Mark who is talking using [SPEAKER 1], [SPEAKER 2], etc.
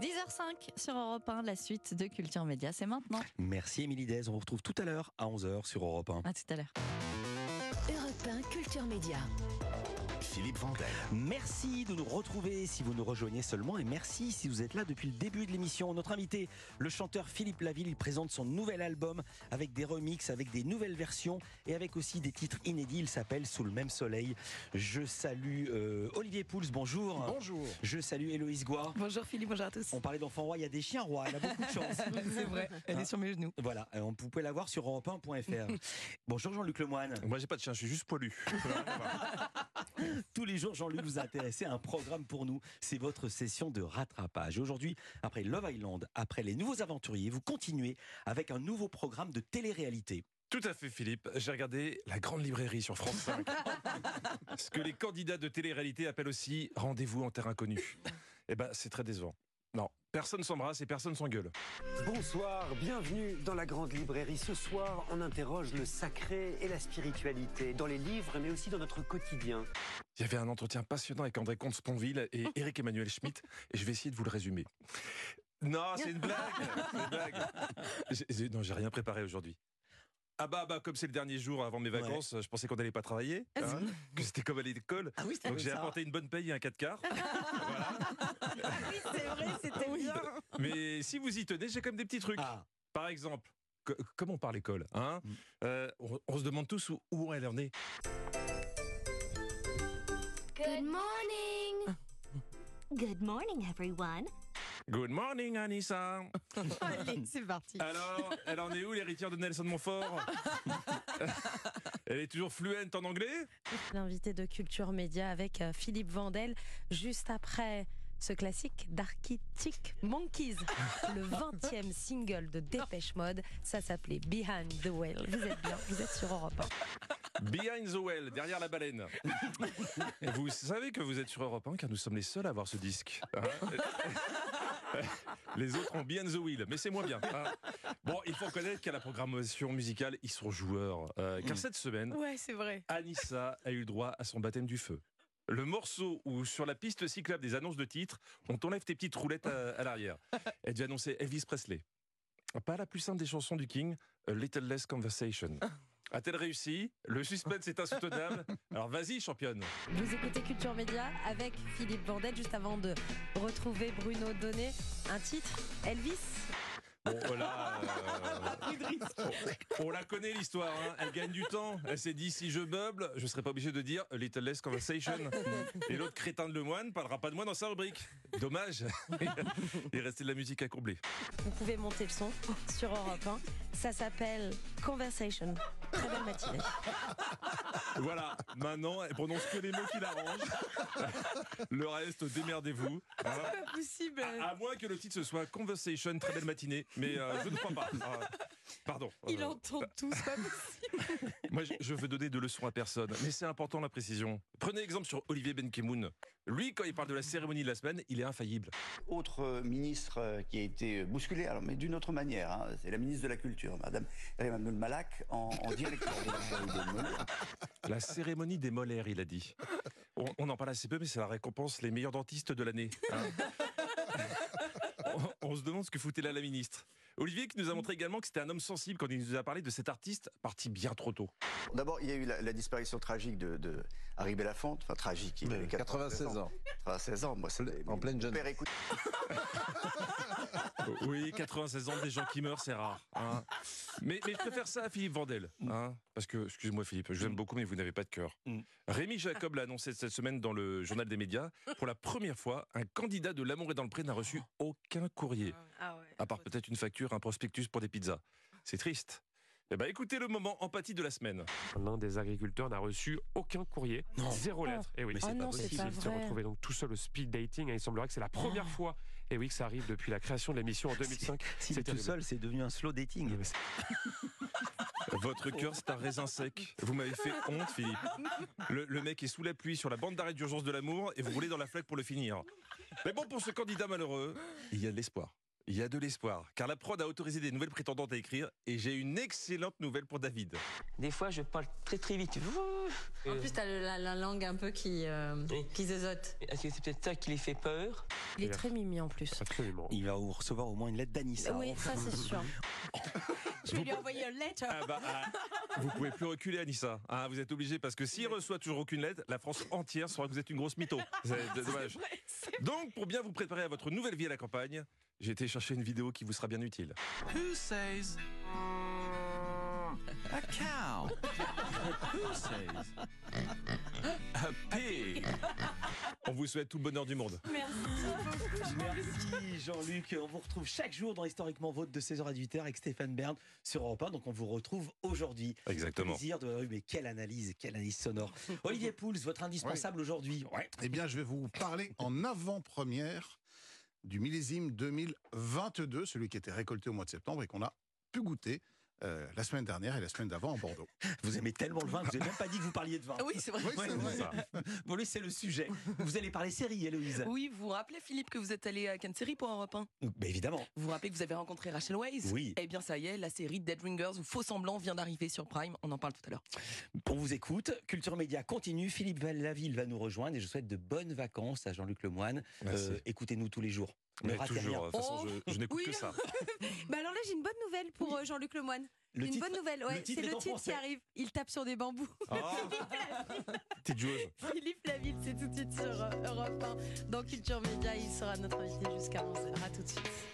[SPEAKER 1] 10h05 sur Europe 1, la suite de Culture Média, c'est maintenant.
[SPEAKER 2] Merci Émilie Dez. On vous retrouve tout à l'heure à 11h sur Europe 1.
[SPEAKER 1] À tout à l'heure.
[SPEAKER 3] Europe 1 Culture Média.
[SPEAKER 4] Philippe Vandel.
[SPEAKER 2] Merci de nous retrouver si vous nous rejoignez seulement et merci si vous êtes là depuis le début de l'émission. Notre invité, le chanteur Philippe Laville, il présente son nouvel album avec des remixes, avec des nouvelles versions et avec aussi des titres inédits. Il s'appelle Sous le même soleil. Je salue euh, Olivier Pouls, bonjour.
[SPEAKER 5] Bonjour.
[SPEAKER 2] Je salue Héloïse Gouard.
[SPEAKER 6] Bonjour Philippe, bonjour à tous.
[SPEAKER 2] On parlait d'enfant roi, il y a des chiens rois, elle a beaucoup de chance.
[SPEAKER 6] C'est vrai, elle est sur mes genoux.
[SPEAKER 2] Voilà, euh, on vous pouvez la voir sur europe 1.fr. bonjour Jean-Luc Lemoine.
[SPEAKER 7] Moi j'ai pas de chien, je suis juste poilu.
[SPEAKER 2] Tous les jours, Jean-Luc vous intéressez à un programme pour nous. C'est votre session de rattrapage. Aujourd'hui, après Love Island, après les nouveaux aventuriers, vous continuez avec un nouveau programme de télé-réalité.
[SPEAKER 7] Tout à fait, Philippe. J'ai regardé la grande librairie sur France 5. Ce que les candidats de télé-réalité appellent aussi rendez-vous en terre inconnue. Eh ben, c'est très décevant. Non, personne s'embrasse et personne s'engueule.
[SPEAKER 8] Bonsoir, bienvenue dans la grande librairie. Ce soir, on interroge le sacré et la spiritualité dans les livres, mais aussi dans notre quotidien.
[SPEAKER 7] Il y avait un entretien passionnant avec André Comte-Sponville et Eric Emmanuel Schmitt, et je vais essayer de vous le résumer. Non, c'est une blague, c'est une blague. J'ai- j'ai- Non, j'ai rien préparé aujourd'hui. Ah bah, bah comme c'est le dernier jour avant mes vacances, je pensais qu'on n'allait pas travailler, hein, que c'était comme à l'école.
[SPEAKER 6] Ah oui,
[SPEAKER 7] Donc j'ai apporté une bonne paye et un 4 quarts.
[SPEAKER 6] Oui, c'est vrai, c'était bien.
[SPEAKER 7] Mais si vous y tenez, j'ai quand même des petits trucs.
[SPEAKER 2] Ah,
[SPEAKER 7] Par exemple, co- comment part l'école hein
[SPEAKER 2] Mm.
[SPEAKER 7] Euh, on, on se demande tous où, où elle en est.
[SPEAKER 9] Good morning. Good morning, everyone.
[SPEAKER 7] Good morning, Anissa.
[SPEAKER 1] Allez, c'est parti.
[SPEAKER 7] Alors, elle en est où, l'héritière de Nelson Montfort Elle est toujours fluente en anglais
[SPEAKER 10] L'invité de Culture Média avec euh, Philippe Vandel, juste après ce classique d'Architic Monkeys, le 20e single de Dépêche Mode. Ça s'appelait Behind the Whale. Vous êtes bien, vous êtes sur Europe 1.
[SPEAKER 7] Behind the well, derrière la baleine. Et vous savez que vous êtes sur Europe 1 car nous sommes les seuls à avoir ce disque. hein. les autres ont Behind the wheel, mais c'est moins bien. hein. Bon, il faut reconnaître qu'à la programmation musicale, ils sont joueurs. Euh, car cette semaine,
[SPEAKER 6] Ouais, c'est vrai.
[SPEAKER 7] Anissa a eu le droit à son baptême du feu. Le morceau où, sur la piste cyclable des annonces de titres, on t'enlève tes petites roulettes à, à l'arrière. Elle devait annoncer Elvis Presley. Pas la plus simple des chansons du King, A Little Less Conversation. A-t-elle réussi Le suspense est insoutenable. Alors vas-y, championne.
[SPEAKER 10] Vous écoutez Culture Média avec Philippe Vandel, juste avant de retrouver Bruno Donnet. Un titre, Elvis.
[SPEAKER 7] Bon, voilà. euh, on, on la connaît l'histoire. hein. Elle gagne du temps. Elle s'est dit si je meuble, je serai pas obligé de dire A Little Less Conversation. Et l'autre crétin de Lemoine parlera pas de moi dans sa rubrique. Dommage. Il restait de la musique à combler.
[SPEAKER 10] Vous pouvez monter le son sur Europe 1. Ça s'appelle Conversation. Très belle matinée.
[SPEAKER 7] Voilà. Maintenant, elle prononce que les mots qui l'arrangent. Le reste, démerdez-vous. Voilà.
[SPEAKER 6] Pas possible.
[SPEAKER 7] À, à moins que le titre ce soit Conversation, très belle matinée. Mais euh, je ne crois pas. Euh, pardon.
[SPEAKER 6] Il
[SPEAKER 7] Euh,
[SPEAKER 6] entend tout, c'est pas possible.
[SPEAKER 7] Moi, je- je veux donner de leçons à personne, mais c'est important la précision. Prenez exemple sur Olivier Benkemoun. Lui, quand il parle de la cérémonie de la semaine, il est infaillible.
[SPEAKER 11] Autre euh, ministre euh, qui a été euh, bousculée, alors, mais d'une autre manière, hein, c'est la ministre de la Culture, Madame Rima Malak, en, en direct de la série de Molière.
[SPEAKER 7] La cérémonie des molaires, il a dit. On, on en parle assez peu, mais ça récompense les meilleurs dentistes de l'année. hein. on, on se demande ce que foutait là la ministre. Olivier qui nous a montré également que c'était un homme sensible quand il nous a parlé de cet artiste parti bien trop tôt.
[SPEAKER 11] D'abord, il y a eu la, la disparition tragique de, de Harry Belafonte, enfin tragique, il avait
[SPEAKER 5] 96 ans.
[SPEAKER 11] 96 ans, moi, c'est-
[SPEAKER 5] En pleine
[SPEAKER 11] mon
[SPEAKER 5] jeunesse.
[SPEAKER 11] père écoute-
[SPEAKER 7] Euh, Oui, 96 ans, des gens qui meurent, c'est rare. hein. Mais, mais je préfère ça à Philippe Vandel. hein. Parce que, excusez-moi Philippe, je vous aime beaucoup, mais vous n'avez pas de cœur.
[SPEAKER 2] Mm.
[SPEAKER 7] Rémi Jacob l'a annoncé cette semaine dans le journal des médias. Pour la première fois, un candidat de L'amour et dans le pré n'a reçu aucun courrier.
[SPEAKER 6] Ah ouais.
[SPEAKER 7] À part peut-être une facture, un prospectus pour des pizzas. C'est triste. Eh ben, écoutez le moment empathie de la semaine.
[SPEAKER 8] L'un des agriculteurs n'a reçu aucun courrier,
[SPEAKER 2] Non.
[SPEAKER 8] zéro
[SPEAKER 10] Oh.
[SPEAKER 8] lettre. Et oui,
[SPEAKER 2] Mais c'est
[SPEAKER 10] Ah
[SPEAKER 2] pas
[SPEAKER 10] non, c'est
[SPEAKER 2] possible.
[SPEAKER 10] pas
[SPEAKER 8] il s'est
[SPEAKER 10] vrai. Oh.
[SPEAKER 8] retrouvé donc tout seul au speed dating. et il semblerait que c'est la première fois, et oui, que ça arrive depuis la création de l'émission en 2005.
[SPEAKER 2] S'il
[SPEAKER 8] C'est
[SPEAKER 2] est tout
[SPEAKER 8] terrible.
[SPEAKER 2] seul, c'est devenu un slow
[SPEAKER 7] Ah
[SPEAKER 2] dating.
[SPEAKER 7] Votre cœur, c'est un raisin sec. Vous m'avez fait honte, Philippe. Le, le mec est sous la pluie sur la bande d'arrêt d'urgence de l'amour et vous roulez dans la flaque pour le finir. Mais bon, pour ce candidat malheureux, il y a de l'espoir. Il y a de l'espoir, car la prod a autorisé des nouvelles prétendantes à écrire, et j'ai une excellente nouvelle pour David.
[SPEAKER 5] Des fois, je parle très très vite.
[SPEAKER 12] En plus, t'as le- la, la langue un peu qui, euh, qui zozote.
[SPEAKER 5] Est-ce que c'est peut-être ça qui les fait peur
[SPEAKER 8] Eh
[SPEAKER 10] Il est très mimi en plus.
[SPEAKER 2] Absolument. Il va recevoir au moins une lettre d'Anissa.
[SPEAKER 10] Oui, ça c'est sûr.
[SPEAKER 6] Je vais lui envoyer une lettre.
[SPEAKER 7] Ah bah, ah, vous pouvez plus reculer, Anissa. Hein, vous êtes obligé parce que s'il reçoit toujours aucune lettre, la France entière saura que vous êtes une grosse mytho. Ah, C'est dommage. Donc, pour bien vous préparer à votre nouvelle vie à la campagne, j'ai été chercher une vidéo qui vous sera bien utile.
[SPEAKER 13] Who says a cow? Who says a pig?
[SPEAKER 7] On vous souhaite tout le bonheur du monde.
[SPEAKER 2] Merci Jean-Luc. On vous retrouve chaque jour dans Historiquement Vôtre de 16h à 18h avec Stéphane Bern sur Europe 1. Donc on vous retrouve aujourd'hui.
[SPEAKER 7] Exactement.
[SPEAKER 2] Plaisir de... Ah oui, Mais quelle analyse, quelle analyse sonore. Olivier Pouls, votre indispensable aujourd'hui.
[SPEAKER 4] Ouais. Eh bien, je vais vous parler en avant-première du millésime 2022, celui qui était récolté au mois de septembre et qu'on a pu goûter euh, la semaine dernière et la semaine d'avant en Bordeaux.
[SPEAKER 2] Vous aimez tellement le vin, vous n'avez même pas dit que vous parliez de vin.
[SPEAKER 1] Oui, c'est vrai.
[SPEAKER 4] c'est vrai.
[SPEAKER 2] Bon, lui, c'est le sujet. Vous allez parler série, Héloïse.
[SPEAKER 6] Oui, vous vous rappelez, Philippe, que vous êtes allé à Cannes Série pour Europe 1
[SPEAKER 2] Mais évidemment.
[SPEAKER 6] Vous vous rappelez que vous avez rencontré Rachel Weisz
[SPEAKER 2] Oui.
[SPEAKER 6] Eh bien, ça y est, la série Dead Ringers ou Faux Semblant vient d'arriver sur Prime. On en parle tout à l'heure.
[SPEAKER 2] On vous écoute. Culture Média continue. Philippe Laville va nous rejoindre et je souhaite de bonnes vacances à Jean-Luc Lemoine.
[SPEAKER 7] Merci.
[SPEAKER 2] Écoutez-nous tous les jours. Ne
[SPEAKER 7] Mais
[SPEAKER 2] ratez
[SPEAKER 7] toujours,
[SPEAKER 2] rien.
[SPEAKER 7] de toute façon, je, je n'écoute
[SPEAKER 12] Oui.
[SPEAKER 7] que ça.
[SPEAKER 12] Bah alors là, j'ai une bonne nouvelle pour euh, Jean-Luc Lemoine.
[SPEAKER 2] Le
[SPEAKER 12] une
[SPEAKER 2] titre-
[SPEAKER 12] bonne nouvelle, ouais,
[SPEAKER 2] le titre
[SPEAKER 12] c'est
[SPEAKER 2] est
[SPEAKER 12] le
[SPEAKER 2] en
[SPEAKER 12] titre
[SPEAKER 2] français.
[SPEAKER 12] qui arrive. Il tape sur des bambous.
[SPEAKER 7] Ah, petite joueuse.
[SPEAKER 10] Philippe Laville, c'est tout de suite sur euh, Europe 1. Dans Culture Média, il sera notre invité jusqu'à 11h. À tout de suite.